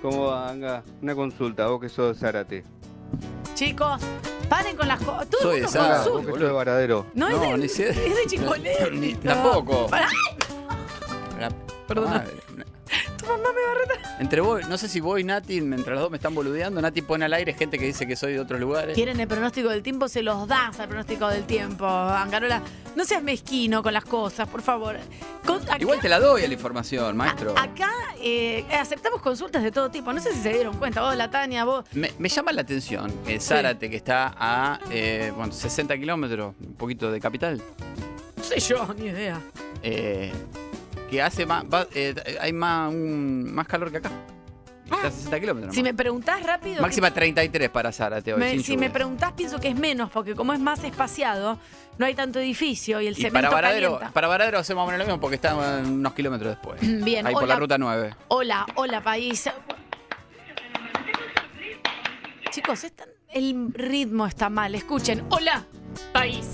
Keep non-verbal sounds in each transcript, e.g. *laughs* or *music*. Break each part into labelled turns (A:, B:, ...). A: ¿Cómo va, Anga? Una consulta, vos que sos de Zárate.
B: Chicos, paren con las cosas. Todo
C: Soy
B: el mundo
C: de Zara,
A: Anga, vos
B: consulta.
A: que sos de Varadero.
B: No, es de,
C: ni sé-
B: es de Chicolé.
C: *laughs* Ni- Tampoco.
B: Pará,
C: La
B: Perdona.
C: madre.
B: tu mamá me va a retar.
C: Entre vos, no sé si vos y Nati, entre los dos me están boludeando, Nati pone al aire gente que dice que soy de otros lugares.
B: Quieren el pronóstico del tiempo, se los das al pronóstico del tiempo, Angarola. No seas mezquino con las cosas, por favor. Con- acá-
C: Igual te la doy a la información, maestro.
B: a- acá eh, aceptamos consultas de todo tipo. No sé si se dieron cuenta. Vos, la Tania, vos.
C: Me, me llama la atención eh, Zárate, que está a eh, bueno, 60 kilómetros, un poquito de capital,
B: No sé yo, ni idea.
C: eh, que hace más, va- eh, hay más, un- más calor que acá. Está a 60 kilómetros.
B: Ah, Si
C: nomás.
B: me preguntás rápido. que-
C: Máxima 33 para Zárate hoy.
B: me-
C: sin
B: si me
C: lluvias.
B: preguntás, pienso que es menos, porque como es más espaciado, no hay tanto edificio y el
C: Y
B: cemento
C: para Varadero,
B: calienta.
C: para Varadero hacemos más o menos lo mismo porque está unos kilómetros
B: *clears throat*
C: después.
B: Bien,
C: Ahí por la
B: hola.
C: ruta 9.
B: Hola, hola país. Chicos, es tan- el ritmo está mal. Escuchen, hola país.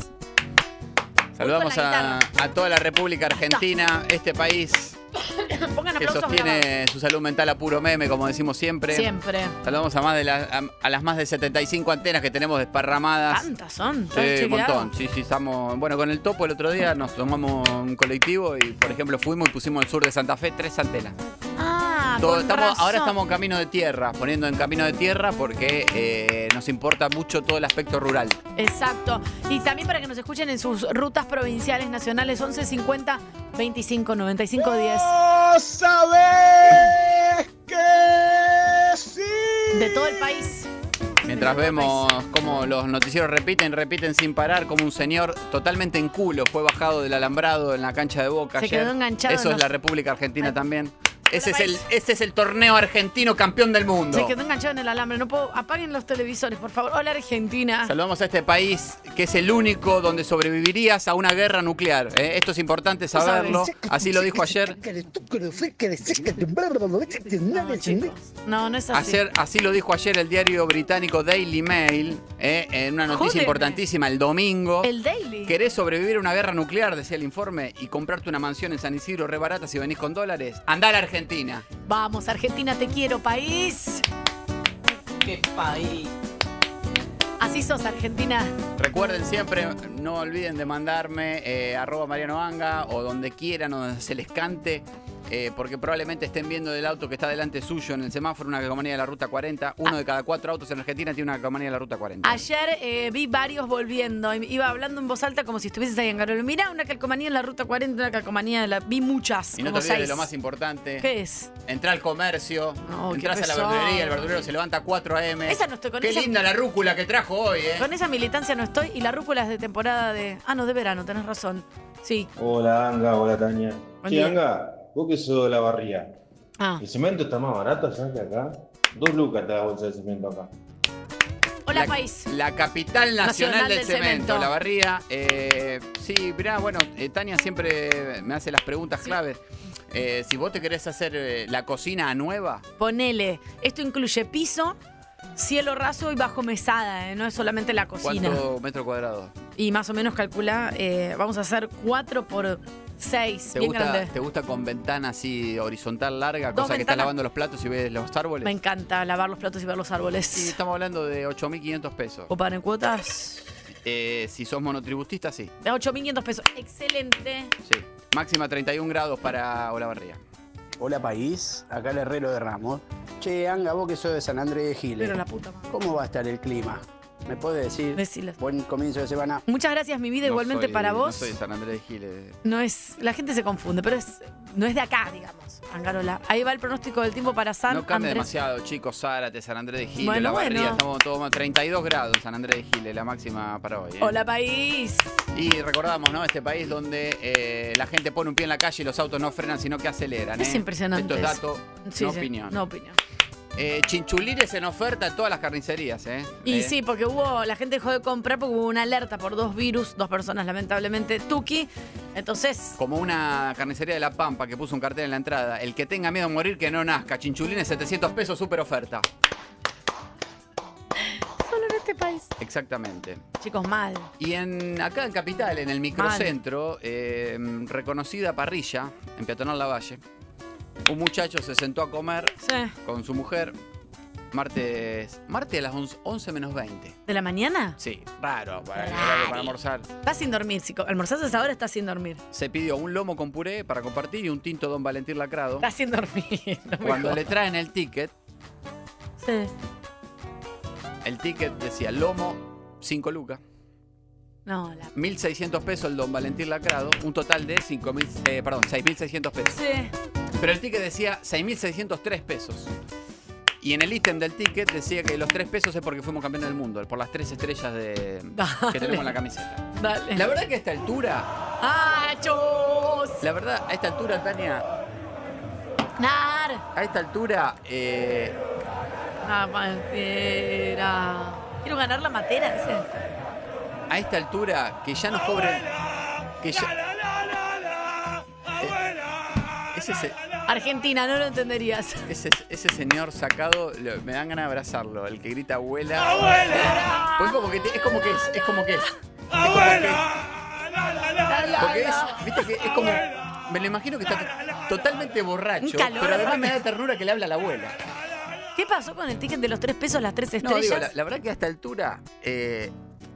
C: Saludamos
B: con la
C: a, a toda la República Argentina, este país
B: Pongan
C: que
B: aplausos grabados.
C: sostiene su salud mental a puro meme, como decimos siempre.
B: siempre.
C: Saludamos a, más de la- a, a las más de 75 antenas que tenemos desparramadas.
B: Tantas son. todo
C: Ah, Sí, un
B: chequeado.
C: montón. Sí, sí, estamos. Bueno, con el topo el otro día nos tomamos un colectivo y, por ejemplo, fuimos y pusimos el sur de Santa Fe tres antenas.
B: Ah,
C: Todo-
B: con
C: estamos- ahora
B: razón.
C: estamos en camino de tierra, poniendo en camino de tierra porque eh, nos importa mucho todo el aspecto rural.
B: Exacto. Y también para que nos escuchen en sus rutas provinciales nacionales 1150 25 95 10.
D: ¡No sabés que sí!
B: De todo el país.
C: Mientras vemos cómo los noticieros repiten, repiten sin parar, como un señor totalmente en culo fue bajado del alambrado en la cancha de Boca
B: Se
C: ayer.
B: quedó enganchado en
C: Eso es
B: los-
C: la República Argentina
B: Ay.
C: también. Ese es,
B: país.
C: el, ese es el torneo argentino campeón del mundo.
B: Se quedó enganchado en el alambre. No puedo. Apaguen los televisores, por favor. Hola Argentina.
C: Saludamos a este país que es el único donde sobrevivirías a una guerra nuclear. ¿eh? Esto es importante saberlo. Así lo dijo ayer.
B: No, chicos. No, no es *laughs* así.
C: Ayer- así lo dijo ayer el diario británico Daily Mail, ¿eh? en una noticia
B: Jódeme.
C: importantísima el domingo.
B: El Daily.
C: ¿Querés sobrevivir a una guerra nuclear, decía el informe, y comprarte una mansión en San Isidro re barata si venís con dólares? Andá a la Argentina.
B: Vamos, Argentina, te quiero, país.
E: ¡Qué país!
B: Así sos, Argentina.
C: Recuerden siempre, no olviden de mandarme eh, arroba Mariano Anga o donde quieran o donde se les cante, eh, porque probablemente estén viendo del auto que está delante suyo en el semáforo una calcomanía de la Ruta 40. Uno de cada cuatro autos en Argentina tiene una calcomanía de la Ruta 40.
B: Ayer eh, vi varios volviendo. y Iba hablando en voz alta como si estuvieses ahí en Garol. Mirá, una calcomanía en la ruta 40, una calcomanía de la. Vi muchas.
C: y no
B: como
C: te olvides de
B: seis.
C: lo más importante.
B: ¿Qué es?
C: Entrá al comercio,
B: No, qué
C: entrás a la
B: pesado.
C: verdulería, el verdulero se levanta a 4 a.m.
B: Esa no estoy con
C: Eh, Qué
B: esa-
C: linda la rúcula que trajo hoy, ¿eh?
B: Con esa militancia no estoy y la rúcula es de temporada de. Ah, no, de verano, tenés razón. Sí.
F: Hola Anga, hola Tania.
B: Buen
F: Che,
B: día.
F: Anga, vos que sos de la barría.
B: Ah.
F: ¿El cemento está más barato allá que acá? Dos lucas te da bolsa de cemento acá.
B: Hola,
C: la,
B: país.
C: La capital nacional,
B: Nacional
C: del,
B: del
C: cemento,
B: cemento.
C: la barría. Eh, sí, mirá, bueno, eh, Tania siempre me hace las preguntas claves. Eh, si vos te querés hacer eh, la cocina a nueva,
B: Ponele. Esto incluye piso, cielo raso y bajo mesada, ¿eh? no es solamente la cocina.
C: ¿cuánto metro cuadrado?
B: Y más o menos calcula, eh, vamos a hacer 4 por 6,
C: ¿Te
B: bien
C: gusta, este
B: grande.
C: ¿Te gusta con ventana así horizontal larga,
B: Dos
C: cosa que estás
B: ventanas.
C: lavando los platos y ves los árboles?
B: Me encanta lavar los platos y ver los
C: Sí,
B: árboles. *laughs*
C: estamos hablando de 8.500 pesos.
B: O para en cuotas.
C: Eh, si sos monotributista, sí.
B: De 8.500 pesos. Excelente.
C: Sí. Máxima 31 grados para Olavarría.
G: Hola país, acá el herrero de Ramos. Che, Anga, vos que sos de San Andrés de Giles.
B: Pero la puta madre.
G: ¿Cómo va a estar el clima? ¿Me podés decir?
B: Decilo.
G: Buen comienzo de semana.
B: Muchas gracias, mi vida,
C: No
B: igualmente
C: soy-
B: para
C: No
B: vos.
C: soy de San Andrés de Giles.
B: No es. La gente se confunde, pero es. No es de acá, digamos. Angarola. Ahí va el pronóstico del tiempo para San
C: no cambia
B: Andrés.
C: demasiado, chicos. Zárate, San Andrés de Giles,
B: Bueno,
C: La Barría.
B: bueno.
C: Estamos todos más- 32 grados, San Andrés de Giles, la máxima para hoy. ¿eh?
B: Hola, país.
C: Y recordamos, ¿no? Este país donde eh, la gente pone un pie en la calle y los autos no frenan, sino que aceleran.
B: Es
C: ¿eh?
B: impresionante
C: Esto es
B: eso.
C: dato,
B: Sí,
C: no
B: sí,
C: opinión.
B: No opinión.
C: Eh, chinchulines en oferta en todas las carnicerías, ¿eh?
B: Y
C: Eh,
B: sí, porque hubo, la gente dejó de comprar porque hubo una alerta por dos virus, dos personas lamentablemente, Tuki. Entonces,
C: Como una carnicería de La Pampa que puso un cartel en la entrada. El que tenga miedo a morir, que no nazca. Chinchulines, 700 pesos, super oferta.
B: solo en este país.
C: Exactamente.
B: Chicos, mal.
C: Y en, acá en em, Capital, en el microcentro, eh, reconocida parrilla, en Peatonal Lavalle, Un muchacho se sentó a comer
B: Sí.
C: con su mujer. Martes. Martes a las 11, 11 menos 20.
B: ¿De la mañana?
C: Sí, raro para,
B: Rari.
C: para almorzar.
B: Estás sin dormir. Si co- almorzás a esa hora, estás sin dormir.
C: Se pidió un lomo con puré para compartir y un tinto Don Valentín lacrado.
B: Estás sin dormir. *laughs* no me
C: Cuando
B: jodas.
C: le traen el ticket,
B: Sí.
C: el ticket decía lomo, 5 lucas.
B: No, la...
C: 1.600 pesos el Don Valentín lacrado, un total de 5.000, eh, perdón, 6.600 pesos.
B: Sí.
C: Pero el ticket decía 6.603 pesos. Y en el ítem del ticket decía que los 3 pesos es porque fuimos campeones del mundo, por las 3 estrellas de, que tenemos en la camiseta.
B: Dale. ¡Ah,
C: La verdad que a esta altura,
B: ¡Achos!
C: la verdad, a esta altura, Tania,
B: ¡Nar!
C: a esta altura, eh,
B: La matera. Quiero ganar la matera, dice.
C: a esta altura, que ya nos cobren... Que ya- Eh, ese se-
B: Argentina, no lo entenderías.
C: Ese, ese señor sacado, lo- me dan ganas de abrazarlo. El que grita abuela. Pues como que te- es como que es, es como que es. Porque es, viste que es como. Me lo imagino que está to- totalmente
B: Un
C: borracho.
B: calor,
C: Pero además
B: aparte.
C: me da ternura que le habla a la abuela.
B: ¿Qué pasó con el ticket de los tres pesos, las tres
C: No,
B: estrellas?
C: digo, la, la verdad que a esta altura, eh,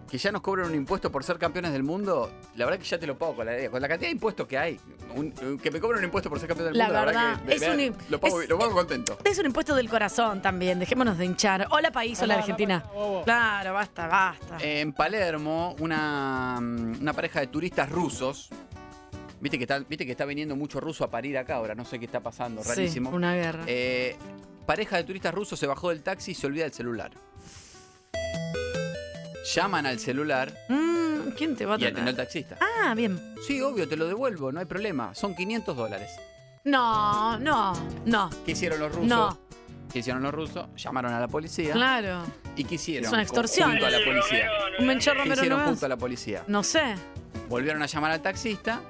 C: que ya nos cobran un impuesto por ser campeones del mundo, la verdad que ya te lo pago con la, con la cantidad de impuestos que hay. un- que me cobren un impuesto por ser campeón del
B: La
C: mundo,
B: verdad,
C: que
B: es un im-
C: lo, pago,
B: es- eh,
C: lo pago contento.
B: Es un impuesto del corazón también, dejémonos de hinchar. Hola país, hola Argentina. Claro, basta, basta.
C: En Palermo, una, mm, una pareja de turistas rusos. Viste que, está, viste que está viniendo mucho ruso a parir acá ahora, no sé qué está pasando,
B: sí,
C: rarísimo.
B: una guerra.
C: Eh, pareja de turistas rusos se bajó del taxi y se olvida del celular. Llaman al celular
B: Mm, ¿Quién te va a
C: y atendió el
B: tratar?
C: taxista.
B: Ah, bien.
C: Sí, obvio, te lo devuelvo, no hay problema. Son 500 dólares.
B: No, no, no.
C: ¿Qué hicieron los rusos?
B: No.
C: ¿Qué hicieron los rusos? Llamaron a la policía
B: Claro.
C: y quisieron.
B: Es una extorsión.
C: Junto a la policía.
B: Un Menchor
C: ¿Qué
B: Romero
C: Eh, hicieron
B: Nuevas.
C: junto a la policía?
B: No sé.
C: Volvieron a llamar al taxista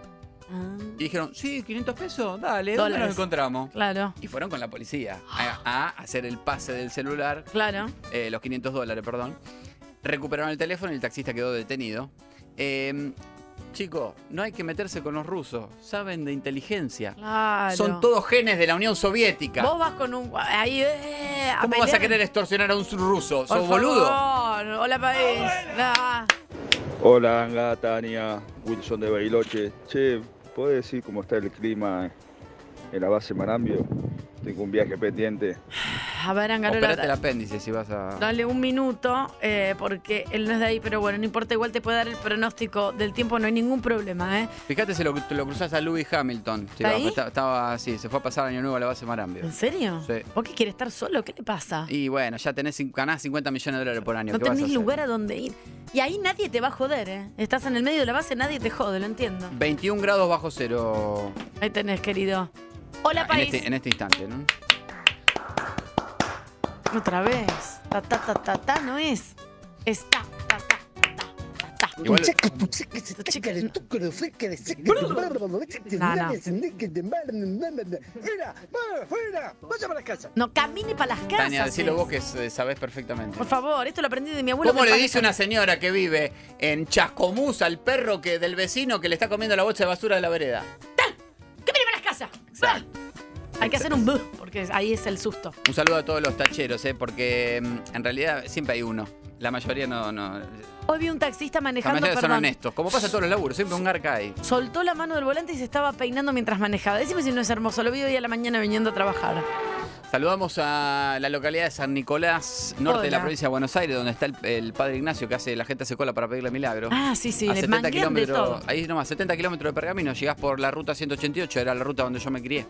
B: Ah,
C: Y dijeron, sí, 500 pesos, dale, ¿dónde
B: Dólares.
C: nos encontramos?
B: claro,
C: Y fueron con la policía a, a hacer el pase del celular,
B: claro.
C: eh, los 500 dólares, perdón. Recuperaron el teléfono y el taxista quedó detenido. Eh, Chicos, no hay que meterse con los rusos, saben de inteligencia.
B: Claro.
C: Son todos genes de la Unión Soviética.
B: Vos vas con un. Ahí, eh, a
C: ¿Cómo vas a
B: pelear.
C: querer extorsionar a un ruso?
B: Por
C: ¿Sos boludo?
B: favor, Hola, país. Ah,
H: Hola, Anga, Tania, Wilson de Bariloche. Che, ¿puedes decir cómo está el clima en la base Marambio? Tengo un viaje pendiente.
B: A ver,
C: Operate el
B: Angarola.
C: apéndice si vas a...
B: Dale un minuto, eh, porque él no es de ahí, pero bueno, no importa, igual te puede dar el pronóstico del tiempo, no hay ningún problema, ¿eh?
C: Fíjate si lo, te lo cruzás a Louis Hamilton. Si
B: ¿Está
C: vas,
B: ahí?
C: pues, ta- Estaba así, se fue a pasar año nuevo a la base Marambio.
B: ¿En serio?
C: Sí.
B: ¿Por qué quiere estar solo? ¿Qué le pasa?
C: Y bueno, ya tenés, cin- ganás 50 millones de dólares por año.
B: No
C: ¿qué vas a
B: tenés
C: hacer?
B: lugar a donde ir. Y ahí nadie te va a joder, ¿eh? Estás en el medio de la base, nadie te jode, lo entiendo.
C: 21 grados bajo cero
B: Ahí tenés, querido. Hola,
C: en,
B: país.
C: este, en este instante, ¿no? este.
B: Otra vez. Ta, ta, ta, ta, ta, no es. Está. Ta, ta, ta, ta, ta.
C: Igual,
B: No camine para las casas.
C: Tania, decilo
B: es.
C: vos que s- eh, sabés perfectamente.
B: Por favor, esto lo aprendí de mi abuelo.
C: ¿Cómo
B: que
C: le
B: en paz
C: dice una señora que vive en Chascomús al perro que del vecino que le está comiendo la bolsa de basura de la vereda?
B: descanse? ¡Camine para las casas!
C: Exacto.
B: Bah. Hay que hacer un buh, porque ahí es el susto.
C: Un saludo a todos los tacheros, ¿eh? porque mm, en realidad siempre hay uno. La mayoría no. no la
B: Hoy vi un taxista manejando,
C: mayoría son
B: perdón.
C: honestos. Como pasa en todos los laburos, siempre un garca hay.
B: Soltó la mano del volante y se estaba peinando mientras manejaba. Decime si no es hermoso. Lo vi hoy a la mañana viniendo a trabajar.
C: Saludamos a la localidad de San Nicolás, norte de la
B: Hola.
C: provincia de Buenos Aires, donde está el, el padre Ignacio que hace la gente se cola para pedirle milagro.
B: Ah, sí, sí,
C: a
B: le
C: 70
B: manguean de todo.
C: kilómetros, ahí nomás, 70 kilómetros de Pergamino, llegás por la ruta 188, era la ruta donde yo me crié.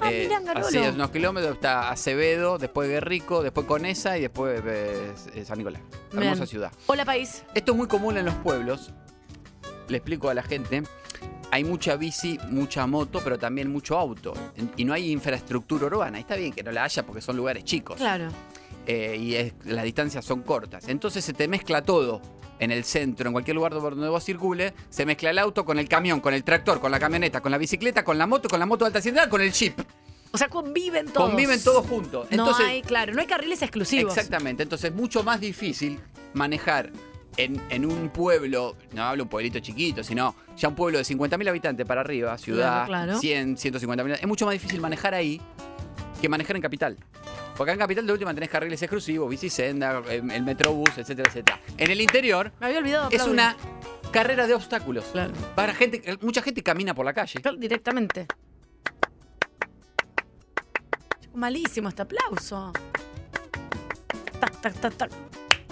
B: Ah, mirá, Garolo.
C: así es, unos kilómetros, está Acevedo, después Guerrico, después Conesa y después eh, eh, San Nicolás.
B: Bien.
C: Hermosa ciudad.
B: Hola, país.
C: Esto es muy común en los pueblos, le explico a la gente. Hay mucha bici, mucha moto, pero también mucho auto. Y no hay infraestructura urbana. Está bien que no la haya porque son lugares chicos
B: Claro.
C: eh, y es- las distancias son cortas. Entonces se te mezcla todo en el centro, en cualquier lugar por donde vos circule, se mezcla el auto con el camión, con el tractor, con la camioneta, con la bicicleta, con la moto, con la moto de alta ciudad, con el jeep.
B: O sea, conviven todos.
C: Conviven todos juntos.
B: No
C: Entonces,
B: hay, claro, no hay carriles exclusivos.
C: exactamente. Entonces es mucho más difícil manejar en, en un pueblo, no hablo un pueblito chiquito, sino ya un pueblo de 50.000 habitantes para arriba, ciudad,
B: Claro, claro.
C: 100, 150.000, es mucho más difícil manejar ahí que manejar en capital. Porque acá en capital de última tenés carriles exclusivos, bicisenda, em, el metrobús, etcétera, etcétera. En el interior
B: Me había olvidado.
C: es
B: aplaudir.
C: una carrera de obstáculos.
B: Claro.
C: Para gente, eh, mucha gente camina por la calle.
B: Claro, Directamente. Chico, Malísimo este aplauso. Tac, tac, tac, tac.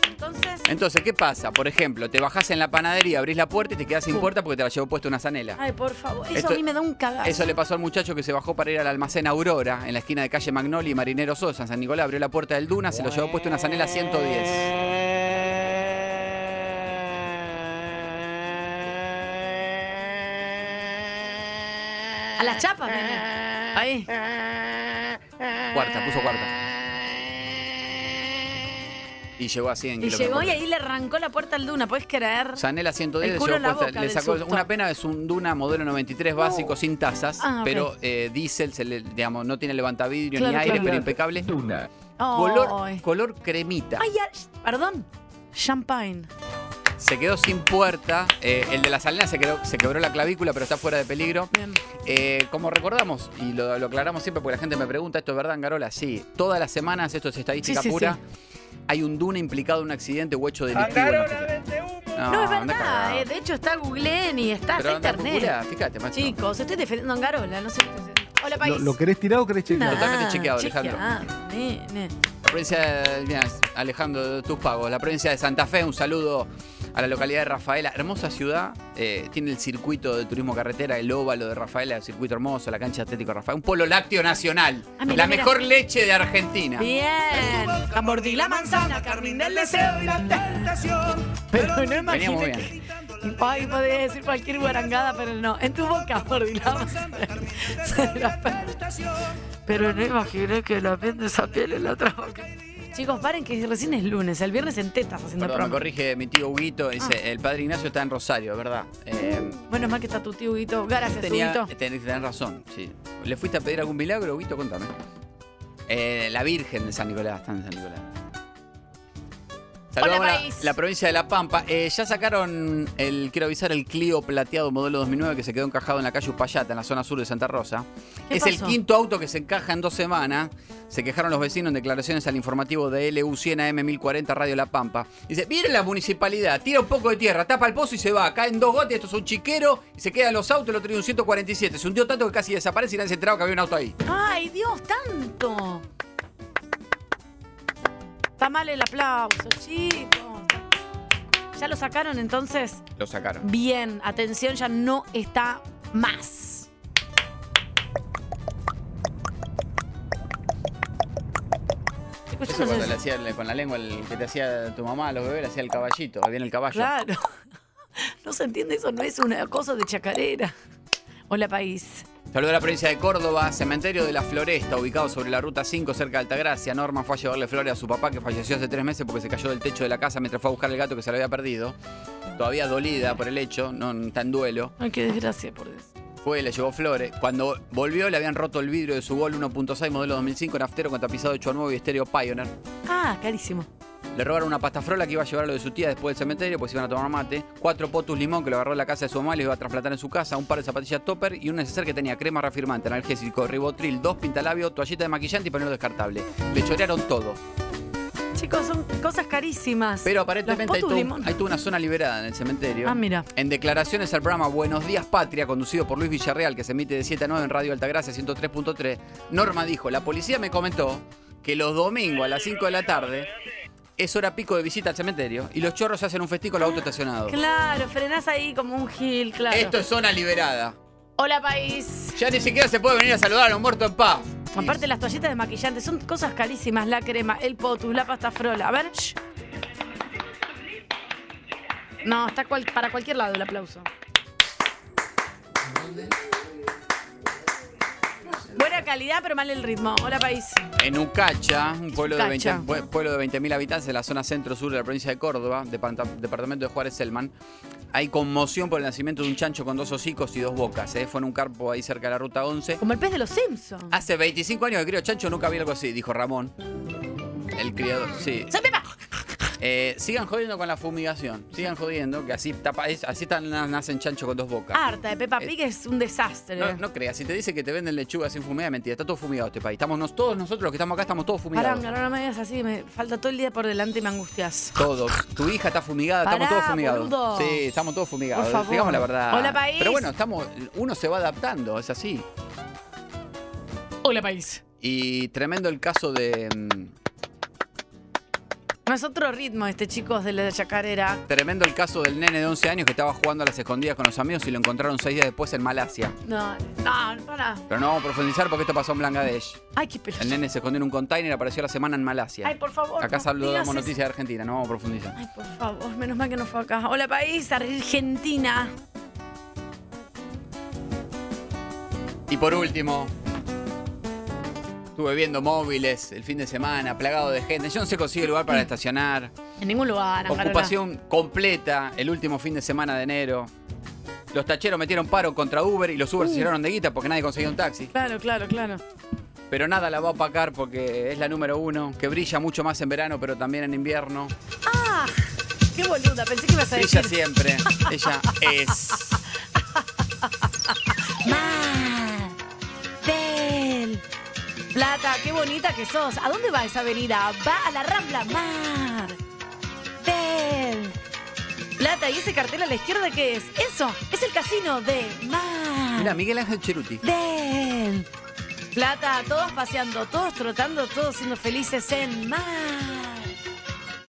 B: Entonces.
C: Entonces, ¿qué pasa? Por ejemplo, te bajás en la panadería, abrís la puerta y te quedás sin
B: Pum.
C: puerta porque te la llevó puesta una zanela.
B: Ay, por favor. Eso
C: Esto-
B: a mí me da un cagazo.
C: Eso le pasó al muchacho que se bajó para ir al almacén Aurora, en la esquina de calle Magnoli y Marinero Sosa, en San Nicolás. Abrió la puerta del Duna, se lo llevó puesto una zanela 110.
B: A las chapas, nene. Ahí.
C: Cuarta, puso cuarta. Y llegó a 100
B: Y
C: kilómetros
B: llegó
C: por
B: y
C: hora.
B: ahí le arrancó la puerta al Duna, ¿puedes creer?
C: Zanela 110
B: El
C: le
B: culo
C: llevó
B: en la
C: puesta-
B: boca
C: le
B: del
C: sacó
B: susto.
C: una pena, es un Duna modelo 93 básico, sin tasas,
B: Ah, ok.
C: pero eh, diésel, se le- digamos, no tiene levantavidrio
B: Claro,
C: ni aire,
B: claro.
C: pero impecable.
B: Ay.
C: Color, color cremita.
B: Ay, ya- perdón. Champagne.
C: Se quedó sin puerta. eh, el de la salina se, quedó- se quebró la clavícula, pero está fuera de peligro.
B: Bien.
C: Eh, como recordamos, y lo, lo aclaramos siempre porque la gente me pregunta, ¿esto es verdad, Angarola? Sí. Todas las semanas, esto es estadística
B: Sí, sí,
C: pura, hay un Duna implicado en un accidente u hecho delictivo. en la
B: No,
C: Argentina.
B: es
C: anda a
B: verdad.
C: cagar.
B: eh, de hecho, está Google y está,
C: Pero
B: está
C: anda a googlear,
B: internet.
C: fíjate, macho.
B: Chicos, estoy defendiendo a Angarola, no sé. Hola, país.
I: ¿Lo, lo querés tirar o querés chequear?
C: Totalmente chequeado, Alejandro.
B: chequeado, Ah, nene.
C: La provincia de, mirá, Alejandro de tus pagos, la provincia de Santa Fe, un saludo a la localidad de Rafaela, hermosa ciudad, eh, tiene el circuito de turismo carretera, el óvalo de Rafaela, el circuito hermoso, la cancha atlético Rafaela, un polo lácteo nacional,
B: Ah, mirá,
C: la
B: mirá.
C: mejor leche de Argentina.
B: Bien. A mordir la manzana, carmín del deseo y la tentación. Pero no
C: Venía muy
B: imaginé que... Ay, podría decir cualquier guarangada, pero no. En tu boca, mordí la manzana. Se la per- *laughs* Pero no imaginé que la piel de esa piel en la otra boca. Chicos, paren que recién es lunes. El viernes en tetas haciendo
C: Perdón, me
B: promo.
C: corrige mi tío Huguito, dice, el padre Ignacio está en Rosario, es ¿verdad? Eh,
B: Bueno, es más que está tu tío Huguito. Gracias,
C: tenía,
B: Huguito.
C: tenés, tenés razón, sí. ¿Le fuiste a pedir algún milagro, Huguito? Contame. Eh, la Virgen de San Nicolás, está en San Nicolás. Saludamos la,
B: país.
C: la provincia de La Pampa. Eh, ya sacaron el, quiero avisar, el Clio plateado modelo 2009 que se quedó encajado en la calle Uspallata, en la zona sur de Santa Rosa.
B: ¿Qué
C: es el
B: pasó?
C: quinto auto que se encaja en dos semanas. Se quejaron los vecinos en declaraciones al informativo de LU100 AM1040 Radio La Pampa. Dice, viene la municipalidad, tira un poco de tierra, tapa el pozo y se va. Caen dos gotes, esto es un chiquero, y se quedan los autos, el otro día un 147. Se hundió tanto que casi desaparece y nadie se enterado que había un auto ahí.
B: Ay, Dios, tanto. Está mal el aplauso, chicos. ¿Ya lo sacaron entonces?
C: Lo sacaron.
B: Bien, atención, ya no está más. Escuchá,
C: Eso
B: no sé
C: cuando
B: si-
C: le hacía el- con la lengua el que te hacía tu mamá a los bebés, le hacía el caballito, ahí viene el caballo.
B: Claro. *laughs* No se entiende eso, no es una cosa de chacarera. Hola, país.
C: Saludo a la provincia de Córdoba, cementerio de la Floresta, ubicado sobre la ruta 5 cerca de Altagracia. Norma fue a llevarle flores a su papá que falleció hace tres meses porque se cayó del techo de la casa mientras fue a buscar el gato que se lo había perdido. Todavía dolida por el hecho, no está en duelo.
B: Ay, qué desgracia por eso.
C: Fue y le llevó flores. Cuando volvió le habían roto el vidrio de su Gol 1.6 modelo 2005 naftero con tapizado 8 nuevo y estéreo Pioneer.
B: Ah, carísimo.
C: Le robaron una pastafrola que iba a llevar a lo de su tía después del cementerio, pues iban a tomar mate. Cuatro potus limón que lo agarró en la casa de su mamá y lo iba a trasplantar en su casa. Un par de zapatillas topper y un neceser que tenía crema reafirmante, analgésico, ribotril, dos pintalabios, toallita de maquillante y pañuelo descartable. Le chorearon todo.
B: Chicos, son cosas carísimas.
C: Pero aparentemente
B: Los
C: hay
B: potus
C: toda
B: limón.
C: una zona liberada en el cementerio.
B: Ah, mira.
C: En declaraciones al programa Buenos Días Patria, conducido por Luis Villarreal, que se emite de 7 a 9 en Radio Altagracia 103.3, Norma dijo, la policía me comentó que los domingos a las 5 de la tarde es hora pico de visita al cementerio y los chorros hacen un festín con los autos estacionados.
B: Claro, frenás ahí como un gil, claro.
C: Esto es zona liberada.
B: Hola, país.
C: Ya ni siquiera se puede venir a saludar a un muerto en paz.
B: Aparte, las toallitas de maquillante son cosas carísimas. La crema, el potus, la pasta frola. A ver. shh. No, está cual- para cualquier lado el aplauso. Buena calidad, pero mal el ritmo. Hola, país.
C: En Ucacha, un pueblo de, 20
B: Ucacha.
C: pue- pueblo de 20.000 habitantes de la zona centro-sur de la provincia de Córdoba, depanta- departamento de Juárez Selman, hay conmoción por el nacimiento de un chancho con dos hocicos y dos bocas. ¿eh? Fue en un carpo ahí cerca de la ruta 11.
B: Como el pez de los Simpsons.
C: Hace 25 años que crío chancho, nunca vi algo así, dijo Ramón. El criador, sí.
B: ¡Se me va!
C: Eh, sigan jodiendo con la fumigación. Sigan jodiendo, que así, tapa, es- así están, nacen chancho con dos bocas.
B: Harta de Peppa Pig es un desastre.
C: No, no creas, si te dice que te venden lechuga sin fumigar, es mentira, está todo fumigado este país. Estamos nos- todos nosotros los que estamos acá, estamos todos fumigados.
B: Paranga, no, no me digas así, me falta todo el día por delante y me angustias.
C: Todo. Tu hija está fumigada, estamos
B: Pará,
C: todos fumigados.
B: boludo.
C: Sí, estamos todos fumigados.
B: Por favor.
C: Digamos la verdad.
B: Hola, país.
C: Pero bueno, estamos, uno se va adaptando, es así.
B: Hola, país.
C: Y tremendo el caso de. mm,
B: No es otro ritmo este, chicos, de la chacarera.
C: Tremendo el caso del nene de 11 años que estaba jugando a las escondidas con los amigos y lo encontraron seis días después en Malasia.
B: No, no, para.
C: Pero no vamos a profundizar porque esto pasó en Bangladesh.
B: Ay, qué pelota.
C: El nene se escondió en un container y apareció la semana en Malasia.
B: Ay, por favor.
C: Acá
B: no digas
C: saludamos
B: eso.
C: noticias de Argentina, no vamos a profundizar.
B: Ay, por favor, menos mal que no fue acá. Hola, país, Argentina.
C: Y por último, estuve viendo móviles el fin de semana, plagado de gente. Yo no sé consigue lugar para estacionar.
B: En ningún lugar, Angarola.
C: Ocupación completa el último fin de semana de enero. Los tacheros metieron paro contra Uber y los Uber se llenaron de guita porque nadie conseguía un taxi.
B: Claro, claro, claro.
C: Pero nada la va a opacar porque es la número uno, que brilla mucho más en verano, pero también en invierno.
B: ¡Ah! ¡Qué boluda! Pensé que ibas a
C: Brilla
B: decir.
C: siempre. Ella es.
B: Mar del Plata, qué bonita que sos. ¿A dónde va esa avenida? Va a la Rambla. Mar del Plata. ¿Y ese cartel a la izquierda qué es? Eso, es el casino de Mar
C: Mira, Miguel Ángel Cheruti.
B: del Plata. Todos paseando, todos trotando, todos siendo felices en Mar